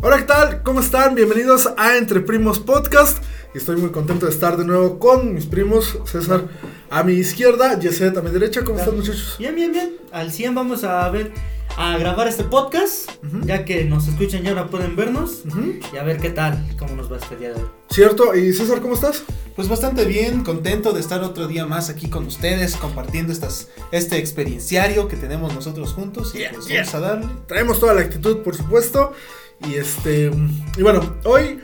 Hola, ¿qué tal? ¿Cómo están? Bienvenidos a Entre Primos Podcast. Estoy muy contento de estar de nuevo con mis primos, César a mi izquierda, Yeset a mi derecha. ¿Cómo están, muchachos? Bien, bien, bien. Al 100 vamos a ver, a grabar este podcast, Ujú. ya que nos escuchan y ahora pueden vernos. Ujú. Y a ver qué tal, cómo nos va este día de hoy. ¿Cierto? ¿Y César, cómo estás? Pues bastante bien, contento de estar otro día más aquí con ustedes, compartiendo estas, este experienciario que tenemos nosotros juntos. Y Yeah, pues yeah. vamos a darle. Traemos toda la actitud, por supuesto. Y este. Y bueno, hoy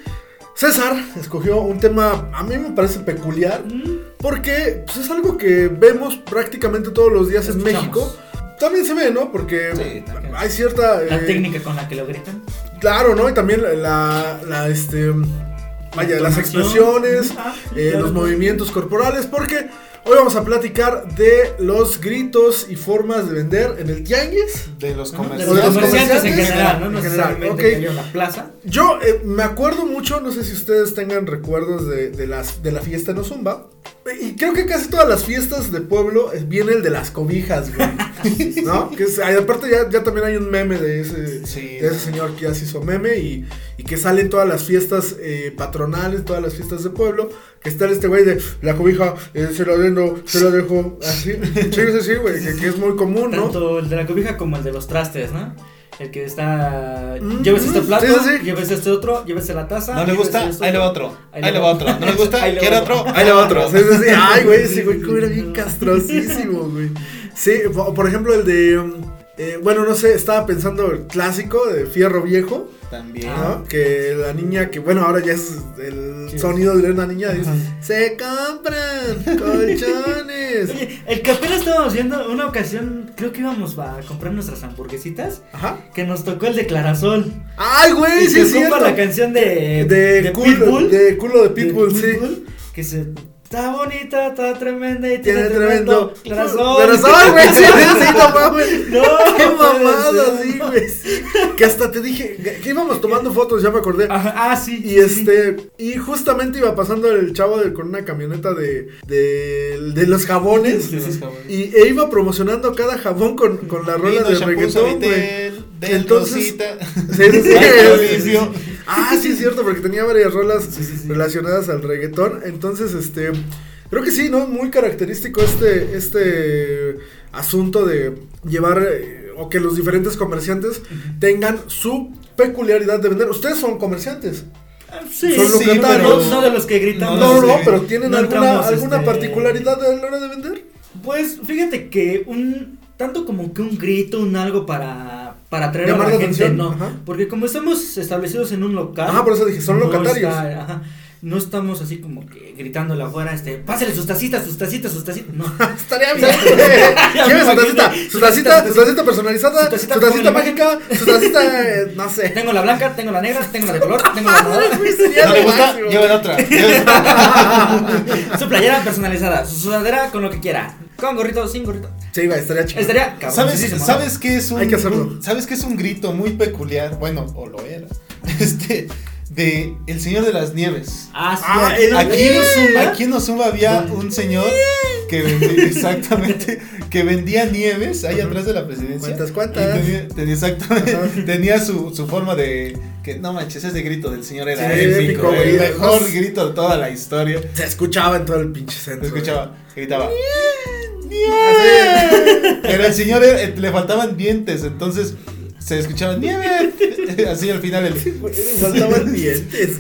César escogió un tema, a mí me parece peculiar, porque pues, es algo que vemos prácticamente todos los días en Escuchamos. México. También se ve, ¿no? Porque Sí, también. hay cierta. La eh, técnica con la que lo gritan. Claro, ¿no? Y también la. la, la, este. Vaya, las Entonación. expresiones, Ah, sí, eh, claro. los movimientos corporales, porque hoy vamos a platicar de los gritos y formas de vender en el tianguis. De los Ajá, comerciantes. De los ¿Los comerciantes en comerciantes? general, no En general, necesariamente ok. que haya una plaza. Yo eh, me acuerdo mucho, no sé si ustedes tengan recuerdos de, de las, de la fiesta en Ozumba. Y creo que casi todas las fiestas de pueblo eh, viene el de las cobijas, güey. ¿No? Que es- ay, aparte ya, ya también hay un meme de ese, Sí. de ese señor que ya se hizo meme y, y que sale en todas las fiestas eh, patronales, todas las fiestas de pueblo, que está este güey de la cobija, eh, se la vendo, se la dejo, así. Sí, sí, sí, güey, que, que es muy común, ¿no? Tanto el de la cobija como el de los trastes, ¿no? El que está. Mm, Lleves este mm, plato, sí, sí, sí. lleves este otro, lleves la taza. No le lleves gusta, esto ahí le va otro. otro. Ahí Ahí le le va va otro. No le gusta, Ahí le va quiere otro. otro. Ahí le va otro. Sí, sí, sí. Ay, güey, ese güey Sí, como era sí, bien sí. castrosísimo, güey. Sí, po- por ejemplo, el de. um, eh, bueno, no sé, estaba pensando el clásico de Fierro Viejo, También. Ah. ¿no? Que la niña, que bueno, ahora ya es el Sí. sonido de una niña, dice: Ajá. Se compran colchones. Oye, el que apenas estábamos viendo una ocasión, creo que íbamos a comprar nuestras hamburguesitas, Ajá. que nos tocó el de Clarasol. Ay, güey, Y sí, se es ocupa cierto. la canción de, De, culo, Pitbull. de culo de de Pitbull, sí. Pitbull, Que se. Está bonita, está tremenda y Tiene tremendo. Clarasol. Clarasol, güey, sí, sí, sí, no mames. No, ¡Qué no puede mamada, ser. sí, güey! sí. Que hasta te dije que- que íbamos tomando fotos, ya me acordé. Ajá, ah, sí. Y sí, sí. este, y justamente iba pasando el chavo de- con una camioneta de, de, de los jabones. De los jabones. Y e iba promocionando cada jabón con, con la rola Vino, de shampoo, reggaetón, güey. Suavitel, del Entonces- Rosita. Sí, sí, sí. Ay, Sí, Mauricio. sí. Ah, sí, es cierto, porque tenía varias rolas Sí, sí, sí. relacionadas al reggaetón. Entonces, este, creo que sí, ¿no? Muy característico este, este asunto de llevar eh, o que los diferentes comerciantes tengan su peculiaridad de vender. Ustedes son comerciantes. Ah, Sí, Son sí, locatarios. pero no de los que gritan. No, No, no, sí. pero ¿tienen No alguna, entramos, alguna este, particularidad a la hora de vender? Pues fíjate que un tanto como que un grito, un algo para para atraer a la, Llamar la gente, atención, no, ajá. porque como estamos establecidos en un local. Ajá, por eso dije, son no locatarios. está- ajá, no estamos así como que gritándole afuera, este, pásale sus tacitas, sus tacitas, sus tacitas. No. Estaría Ah, bien. Lleve su Ya me tacita, imaginé. su tacita, su tacita personalizada, Su su tacita tacita, con la mágica, su tacita, eh, no sé. Tengo la blanca, tengo la negra, tengo la de color, tengo la morada. Güey, sería No le lo gusta, máximo. lleven otra. Lleven otra. Su playera personalizada, su sudadera con lo que quiera. Con gorrito, sin gorrito. Sí, güey, estaría chido. Estaría cabrón. ¿Sabes, ¿sabes qué es un Hay que hacerlo. ¿Sabes qué es un grito muy peculiar? Bueno, o lo era. Este de El Señor de las Nieves. Ah, sí, Ah, aquí- el- Aquí en Ozumba, aquí en Ozumba había Bueno. un señor que vendía, exactamente, que vendía nieves ahí atrás de la presidencia. ¿Cuántas, cuántas? Y tenía, tenía exactamente, Ajá. tenía su, su forma de, que no manches, ese grito del señor era Sí, épico, épico, güey, güey. el mejor grito de toda la historia. Se escuchaba en todo el pinche Lo centro. escuchaba, gritaba. güey. Pero el señor eh, le faltaban dientes, entonces se escuchaba nieve. Así al final el, Así, güey, faltaban dientes.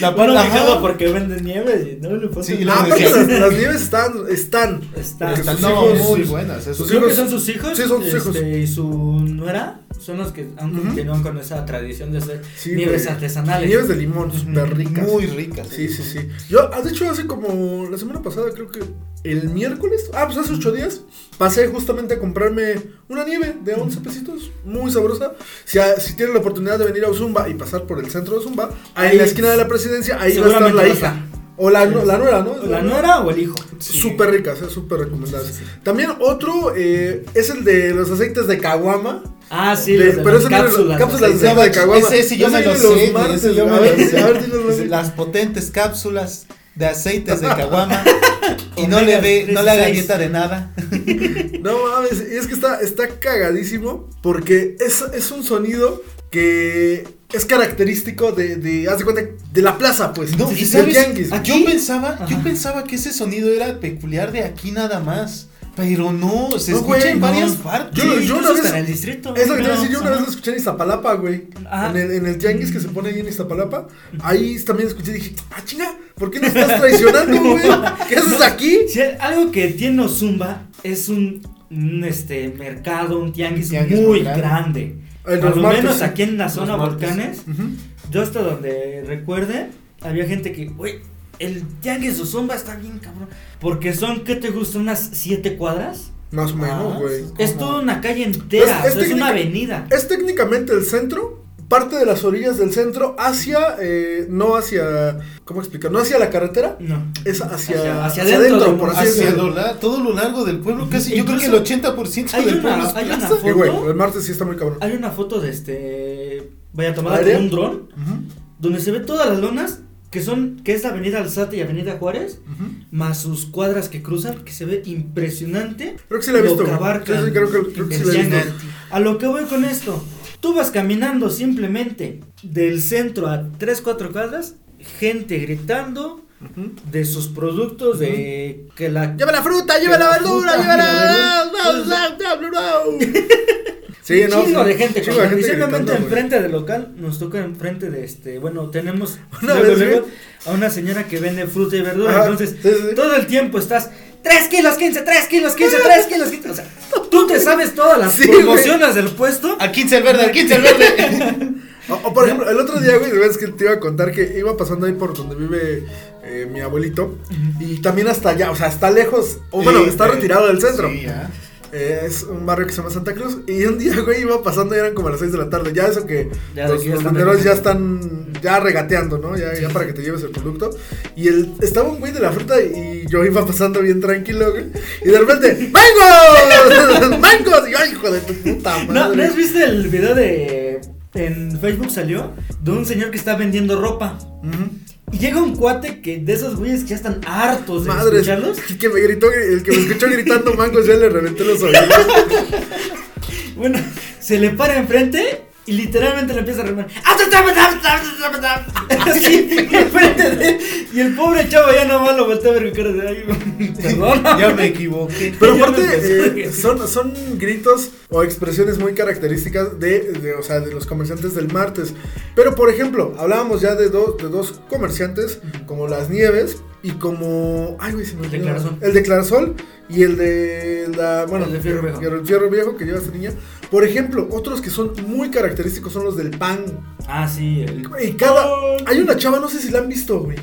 la Bueno, parte- ajá. fijado porque venden nieve y no le pasa Sí, y nada. Ah, luego aparte, las, decía- las nieves están, están. Está. Porque Están sus no, hijos- muy buenas. esos- sus Creo que hijos- son sus hijos. Sí, Pues son sus este, hijos. Y su nuera son los que han Ujú. continuado con esa tradición de hacer Sí, nieves güey. artesanales. Nieves de limón, súper ricas. Muy ricas. Sí, sí, sí. Yo, ah, de hecho, hace como la semana pasada, creo que el miércoles, ah, pues hace ocho días, pasé justamente a comprarme una nieve de 11 pesitos, muy sabrosa. Si, ah, si tienen la oportunidad de venir a Uzumba y pasar por el centro de Uzumba, ahí en la esquina de la presidencia, ahí va a estar Seguramente la va a hija. O la, nu- la nuera, ¿no? ¿La nuera o el hijo? Súper ricas, eh, súper recomendadas. Sí, sí, También otro eh, es el de los aceites de caguama. Ah, sí, De- los de pero las ese no era- cápsulas. cápsulas así. de- No, de caguama. Ese sí yo Ese me lo viene los sé. ese martes, yo me a ver, lo sé. a ver, dinos, Dice, Rami. Las potentes cápsulas de aceites de caguama. y no le dé, no le haga 16. dieta de nada. No mames, y es que está, está cagadísimo porque es, es un sonido que es característico de, de, haz de cuenta, de la plaza, pues. No, Sí, y sí, ¿sabes? del tianguis. Aquí- Yo pensaba, yo Ajá. pensaba que ese sonido era peculiar de aquí nada más. Pero no, se No, escucha güey, en no. varias partes. Yo- yo incluso una vez- hasta en el distrito. Es lo que te iba a No, decir, yo una ajá. vez lo escuché en Iztapalapa, güey. Ajá. En el, en el tianguis que se pone ahí en Iztapalapa. Ahí también escuché y dije, ah, chinga, ¿por qué nos estás traicionando, güey? ¿Qué haces aquí? Si hay algo que tiene Ozumba es un, un, este mercado, un tianguis, Tianguis muy muy grande. grande. Eh, los Por lo martes, menos sí. aquí en la zona martes. volcanes, Ujú. yo hasta donde recuerde, había gente que, güey, el tianguis de Ozumba está bien cabrón. Porque son, ¿qué te gusta? Unas siete cuadras. Más o menos, Ah, güey. sí. Es Ajá. toda una calle entera, Es- es o sea, es técnica- una avenida. Es técnicamente el centro, parte de las orillas del centro, hacia, eh, no hacia, ¿cómo explicar? No hacia la carretera, No. es hacia, Hacia- hacia, hacia adentro, adentro, como por así Hacia decirlo. lo lar- todo lo largo del pueblo, casi. Yo creo que el Incluso- 80% hay del una- pueblo es hay una plaza. foto. Y, güey, el martes sí está muy cabrón. Hay una foto de este. Vaya tomada ¿Aérea? con un dron. Ujú, Donde se ve todas las lonas. Que son. Que es la avenida Alzate y avenida Juárez. ujú. Más sus cuadras que cruzan. Que se ve impresionante. Creo que sí la he Lo visto. que güey. abarcan Sí, sí, creo que, creo que sí la he el visto. tianguis. A lo que voy con esto. Tú vas caminando simplemente. Del centro a 3, 4 cuadras. Gente gritando. Ujú. De sus productos. De. Que la. Lleva la fruta, lleva lleva la la fruta, verdura, lleva lleva la. la Sí, un no. chingo de gente. chingo de gente Simplemente gritando, güey. enfrente del local, nos toca enfrente de este. Bueno, tenemos Una luego, vez, luego, a una señora que vende fruta y verdura. Ajá, entonces, sí, sí. todo el tiempo estás. 3 kilos 15, 3 kilos 15, 3 kilos 15. O sea, tú te sabes todas las Sí, promociones del puesto. Al 15 el verde, al 15 el verde. O, o, por ejemplo, el otro día, güey, ves que te iba a contar que iba pasando ahí por donde vive eh, mi abuelito. Y también hasta allá, o sea, está lejos. O bueno, Sí, está güey. retirado del centro. Este, Sí, ya. Eh, es un barrio que se llama Santa Cruz. Y un día, güey, iba pasando y eran como las 6 de la tarde. Ya eso que Ya de los, que ya los están banderos ya regateando. están ya regateando, ¿no? Ya, ya para que te lleves el producto. Y el, estaba un güey de la fruta y yo iba pasando bien tranquilo, güey. Y de repente, ¡Mangos! ¡Mangos! Y yo, hijo de tu puta madre. ¿No, ¿no has visto el video de. En Facebook salió de un señor que está vendiendo ropa. Ujú. Y llega un cuate que de esos güeyes que ya están hartos de Madres, escucharlos. el que me gritó, el que me escuchó gritando mangos ya le reventé los oídos. Bueno, se le para enfrente y literalmente le empieza a remar. ¡Ah, Así, enfrente de él. Y el pobre chavo ya nomás lo voltea a ver con cara de ay, perdón. Ya me equivoqué. Pero Ya aparte, me empezó. eh, son, son gritos o expresiones muy características de, de, o sea, de los comerciantes del martes. Pero por ejemplo, hablábamos ya de, dos de dos comerciantes, como las nieves y como. Ay, güey, se me El olvidó. de Clarasol. El de Clarasol y el de la. Bueno, El de Fierro Viejo. El Fierro Viejo que lleva esta niña. Por ejemplo, otros que son muy característicos son los del pan. Ah, sí. el- Y cada. Hay una chava, no sé si la han visto, güey.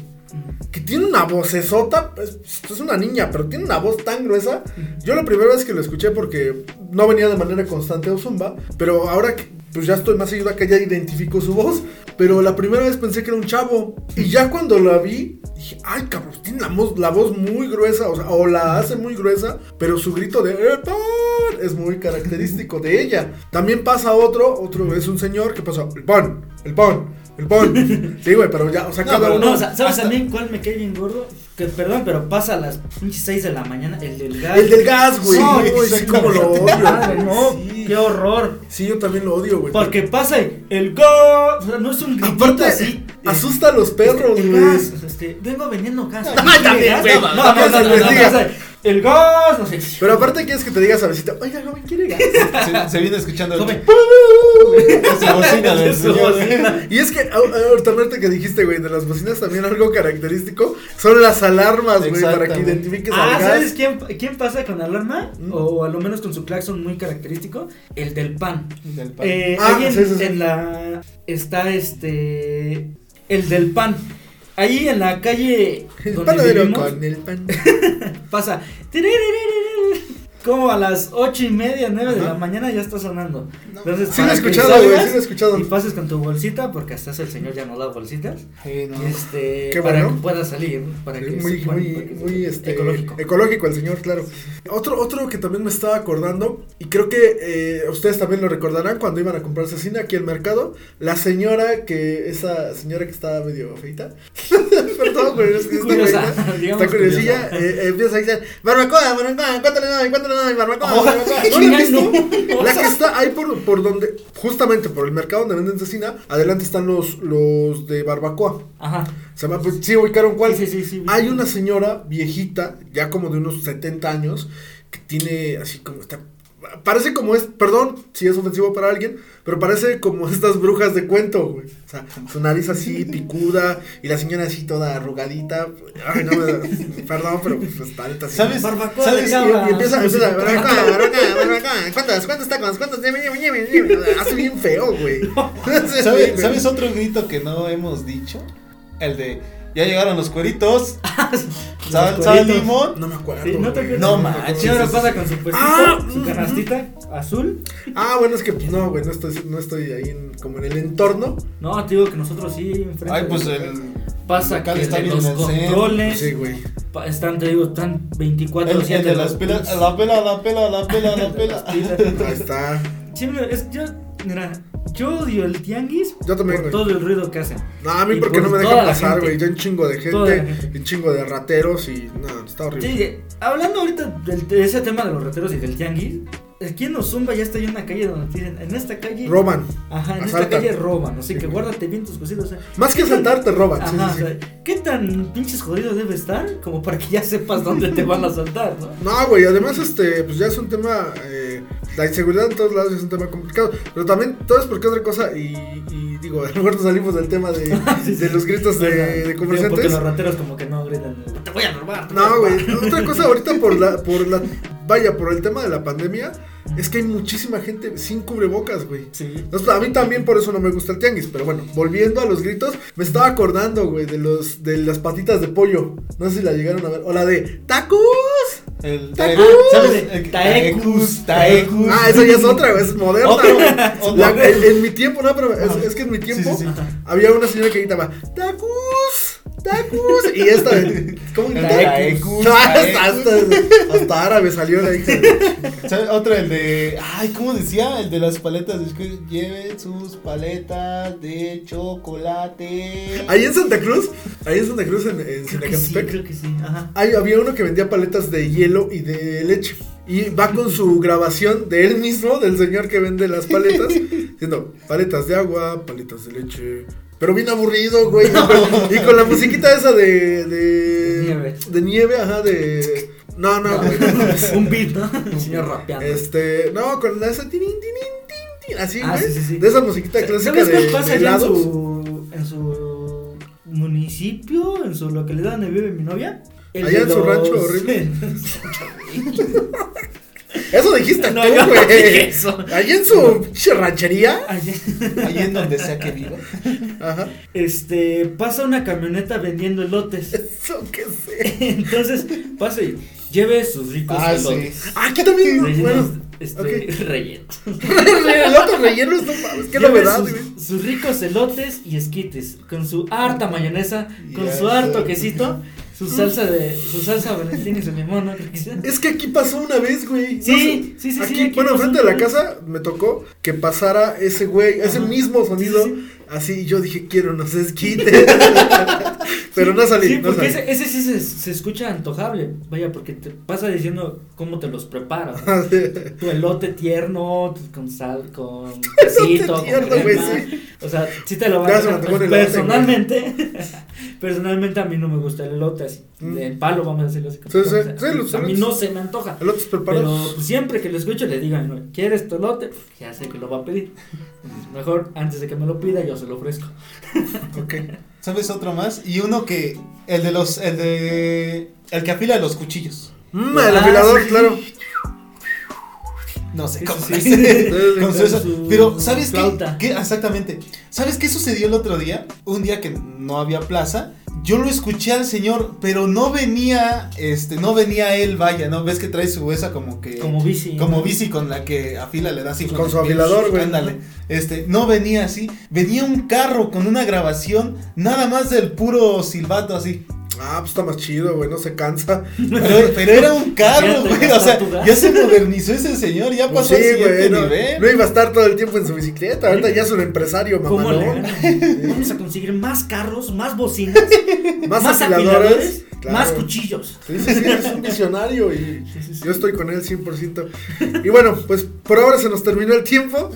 que tiene una vocesota, pues, es una niña, pero tiene una voz tan gruesa. Yo la primera vez que lo escuché porque no venía de manera constante a Zumba, pero ahora que pues ya estoy más seguido acá, ya identifico su voz, pero la primera vez pensé que era un chavo. Y ya cuando la vi, dije, ay cabrón, tiene la voz, la voz muy gruesa, o, sea, o la hace muy gruesa, pero su grito de "¡Epa!" es muy característico de ella. También pasa otro, otro es un señor que pasa, el pan, el pan, el pan. Sí, güey, pero ya, o sea, No, cada pero uno... No, o sea, ¿sabes Hasta- también cuál me cae bien gordo? Que perdón, pero pasa a las pinches 6 de la mañana. El del gas. El del gas, güey. No, Uy, güey, sí, soy cómo lo odio. Madre, güey. no, Sí. qué horror. Sí, yo también lo odio, güey. Porque pasa y el gas. O sea, no es un grito aparte así. eh, asusta a los perros, Este, güey. el gas, o sea, este, vengo vendiendo gas. Ah, ¿Quiere también, gas? güey, No, no, también no, se no, no, investiga. no, o sea, El gas, no sé. Pero aparte quieres que te diga Sabecita, oiga, joven, ¿quiere gas? Se, se viene escuchando Come. el su bocina del Su señor. bocina. Y es que, a- a- ahorita ahorita que dijiste, güey, de las bocinas también algo característico son las alarmas, güey, para que Exactamente. identifiques Ah, al gas. ¿sabes quién, quién pasa con alarma? ¿Mm? O a lo menos con su claxon muy característico. El del pan. Del pan. Eh, Ah, ahí en, sí, sí, sí. en la. Está este. El del pan. Ahí en la calle. El donde panadero vivimos, con el pan. pasa. Como a las ocho y media, nueve de Ajá. la mañana ya está sonando. No. Entonces, Sí lo he para que escuchado, güey, salgas sí lo he escuchado. Y pases con tu bolsita, porque hasta eso el señor ya no da bolsitas. Sí, no. Este, Qué para bueno. que pueda salir, para que Sí, se- muy, bueno, muy, para que se- muy, este, ecológico. ecológico. el señor, claro. Otro, otro que también me estaba acordando, y creo que eh, ustedes también lo recordarán cuando iban a comprarse cine aquí al mercado, la señora que, esa señora que estaba medio feita, perdón, pero es que está Curiosa, feita, digamos está curiosilla, eh, eh, empieza a decir, barbacoa, barbacoa, cuéntale, no, cuéntale, barbacoa, y barbacoa, Oh, barbacoa. ¿No la chinga, han visto? no. La que está ahí por, por donde, justamente por el mercado donde venden cecina, adelante están los, los de barbacoa. Ajá. Se llama, pues, sí, ubicaron cuál. Sí, sí, sí, sí. Hay una señora viejita, ya como de unos 70 años, que tiene así como está. Parece como es, perdón si es ofensivo para alguien, pero parece como estas brujas de cuento, güey. O sea, su nariz así picuda y la señora así toda arrugadita. Ay, no me da- Perdón, pero pues está neta así. ¿Sabes? Pues, Barbacoa ¿Sabes? de Y, cabra. y empieza, empieza, barbacoa, barbacoa, barbacoa, ¿Cuántos, cuántos tacos? ¿Cuántos? Lleve, lleve, lleve, lleve. Hace bien feo, güey. Hace bien ¿Sabes, feo. ¿Sabes otro grito que no hemos dicho? El de ya llegaron los cueritos. sal, Los sal, cueritos. limón. No me acuerdo. Sí, no te güey. acuerdas. No Ah, manches. sí, ahora pasa con su puestito, Ah, su mm, canastita azul. Ah, bueno, es que pues no, güey, no estoy, no estoy ahí en, como en el entorno. No, te digo que nosotros sí. enfrente Ay, de- pues el. Pasa local que está de bien los en el centro. controles Pues Sí, güey. pa- están, te digo, están 24 El, el de las pilas. pues, La pela, la pela, la pela, la pela. Ahí está. Sí, mira, es, yo, mira, yo odio el tianguis Yo también, güey. por todo el ruido que hacen. No, a mí Y porque por no me toda dejan la pasar, gente. güey. Yo un chingo de Toda la gente, gente. un chingo de rateros y no, está horrible. Sí, hablando ahorita del- de ese tema de los rateros y del tianguis, aquí en Ozumba ya está hay una calle donde te dicen, en esta calle... Roban. Ajá, en asaltan. esta calle roban, Sí, así que güey. guárdate bien tus cositas. o sea, Más que saltar, te roban. sí, Ajá, sí, sí. o sea, ¿qué tan pinches jodido debe estar como para que ya sepas dónde te van a saltar, no? No, güey, además, este, pues ya es un tema. eh, la inseguridad en todos lados es un tema complicado. Pero también, todo es porque otra cosa. Y, y digo, al rato salimos del tema de, de los gritos de, Bueno, de digo, Porque comerciantes. los rateros como que no gritan, te voy a robar. te voy a No, robar". güey. Otra cosa ahorita por la, por la, vaya, por el tema de la pandemia, es que hay muchísima gente sin cubrebocas, güey. Sí. Entonces, a mí también por eso no me gusta el tianguis, pero bueno, volviendo a los gritos, me estaba acordando, güey, de los de las patitas de pollo. No sé si la llegaron a ver. O la de tacos. El. Tacos. ¿Sabes? Taecus. Taecus. Ah, esa ya es otra, güey, es moderna. Otra, güey. otra. La- en, en mi tiempo, no, pero es, Ah. es que en mi Sí, tiempo sí, sí. había una señora que gritaba tacos, tacos y esta, de- ¿cómo El gritaba? taecus, No, taecus. hasta, hasta- hasta árabe salió la hija. de- ¿Sabes? Otro, el de. Ay, ¿cómo decía? El de las paletas. Es que lleven sus paletas de chocolate. Ahí en Santa Cruz, ahí en Santa Cruz, en, en Creo que sí, Sinacantepec, creo que sí, ajá. ahí había uno que vendía paletas de hielo y de leche. Y va con su grabación de él mismo, del señor que vende las paletas, diciendo paletas de agua, paletas de leche. Pero bien aburrido, güey. Y con la musiquita esa de. De De nieve. de nieve, ajá, de. No, no, güey. Un beat, ¿no? El señor rapeando. Este, no, con la esa tinin, tinin, tin, tin, así, Ah, güey. sí, sí, sí. De esa musiquita clásica ¿Sabes de, qué pasa de allá en helados. su, en su municipio, en su localidad donde vive mi novia? Allá de en su rancho horrible. Eso dijiste No, tú, yo no güey. dije eso. Allí en su pinche ranchería. Allá- Ahí en donde sea que viva. Ajá. este, pasa una camioneta vendiendo elotes. Eso que sé. Entonces, pasa y lleve sus ricos Ah, sí. elotes. Aquí también. Rellenos, Bueno, este, ok. rellenos. el otro relleno es no mames. Qué Lleve novedad, sus, güey. sus ricos elotes y esquites, con su harta mayonesa, con Ya su harto sé. quesito, su salsa de, su salsa valentín y su limón, ¿no? Creo que sea. Es que aquí pasó una vez, güey. No Sí, sé. sí, sí, sí, Aquí, aquí bueno, pasó frente a una la vez. casa me tocó que pasara ese güey, ese Ajá. mismo sonido. Sí, sí, Así, y yo dije, quiero unos esquites. Pero no salí. Sí, no porque salí. ese, ese sí se, se escucha antojable, vaya, porque te pasa diciendo cómo te los preparas. ¿no? Tu elote tierno, tu- con sal, con quesito, con tierno, güey, crema. O sea, sí te lo van Ya a se me antojó el hacer. elote, Personalmente, personalmente a mí no me gusta el elote así, Mm. del palo, vamos a decirlo así. Sí, sí, O sea, sí, los a mí elotes. no se me antoja. El otro es Pero preparado. siempre que lo escucho le digan, "No, ¿quieres tu elote? Ya sé que lo va a pedir. Entonces, Mejor antes de que me lo pida, yo se lo ofrezco. Ok. ¿Sabes otro más? Y uno que. El de los. El de. El que afila los cuchillos. Mm, el Ah, afilador, sí. claro. No sé Eso cómo. sí. le dice. Entonces, Con su- su Pero, ¿sabes qué? flauta. qué? Exactamente. ¿Sabes qué sucedió el otro día? Un día que no había plaza. Yo lo escuché al señor, pero no venía. Este, no venía él, vaya, ¿no? Ves que trae su esa como que. Como bici. Como bici con la que afila le da así. Con su afilador, güey. Ándale. Este, no venía así. Venía un carro con una grabación nada más del puro silbato así. Ah, pues está más chido, güey, no se cansa. Pero, pero era un carro, Fíjate, güey. ya O está sea, tu gato. ya se modernizó ese señor, ya Pues pasó al sí, siguiente güey, no, nivel. no iba a estar todo el tiempo en su bicicleta, ahorita ya es un empresario, mamá, ¿Cómo le ganan? Vamos a conseguir más carros, más bocinas, Más, más, afiladores, afiladores, claro. más cuchillos. Sí, sí, sí, es un visionario y Sí, sí, sí. yo estoy con él 100%. Y bueno, pues por ahora se nos terminó el tiempo,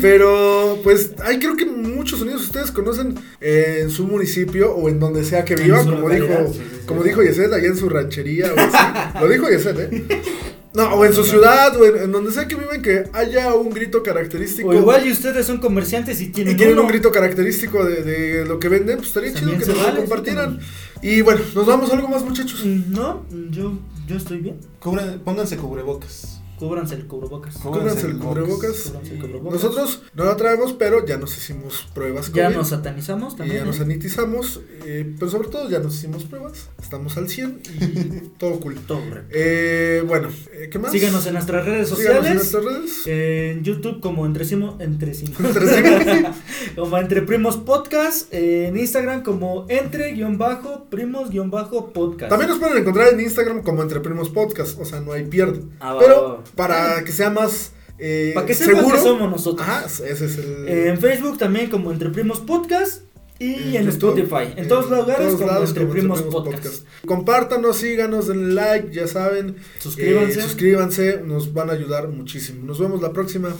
pero pues hay creo que muchos sonidos ustedes conocen eh, en su municipio o en donde sea que En viva, su como dijo, localidad, sí, sí, sí. como dijo Yeset, allá en su ranchería o así. Lo dijo Yeset, ¿eh? No, o en su No, no. ciudad o en, en donde sea que viven que haya un grito característico. O igual y ustedes son comerciantes y Y tienen, tienen uno. un grito característico de, de lo que venden, pues estaría chido También que se nos lo vale, sí, compartieran. Y bueno, nos vamos a algo más, muchachos. Mm, No, yo, yo estoy bien. Cubra- pónganse cubrebocas. Cúbranse el cubrebocas. Cúbranse el cubrebocas. Cúbranse el Y cubrebocas. Nosotros no la traemos, pero ya nos hicimos pruebas Ya COVID, nos satanizamos y también. ya ¿eh? nos sanitizamos, eh, pero sobre todo ya nos hicimos pruebas. Estamos al 100 y todo cool. Todo correcto. Eh, bueno, eh, ¿qué más? Síganos en nuestras redes Síganos en sociales. Eh, nuestras redes. En YouTube como Entre Cimo- Entre Cimo- Entre como Entre Primos Podcast. En Instagram como Entre-Primos-Podcast. También nos pueden encontrar en Instagram como Entre Primos Podcast, o sea, no hay pierde. Ah, va, va, Pero va. para que sea más eh, Para que sepan seguro. que somos nosotros. Ajá, ese es el. En Facebook también como Entre Primos Podcast. Y Eh, en YouTube, Spotify. En todos lugares todos como lados Entre como Primos Entre Primos Podcast. Compártanos, síganos, denle like, ya saben. Eh, Suscríbanse. suscríbanse, nos van a ayudar muchísimo. Nos vemos la próxima.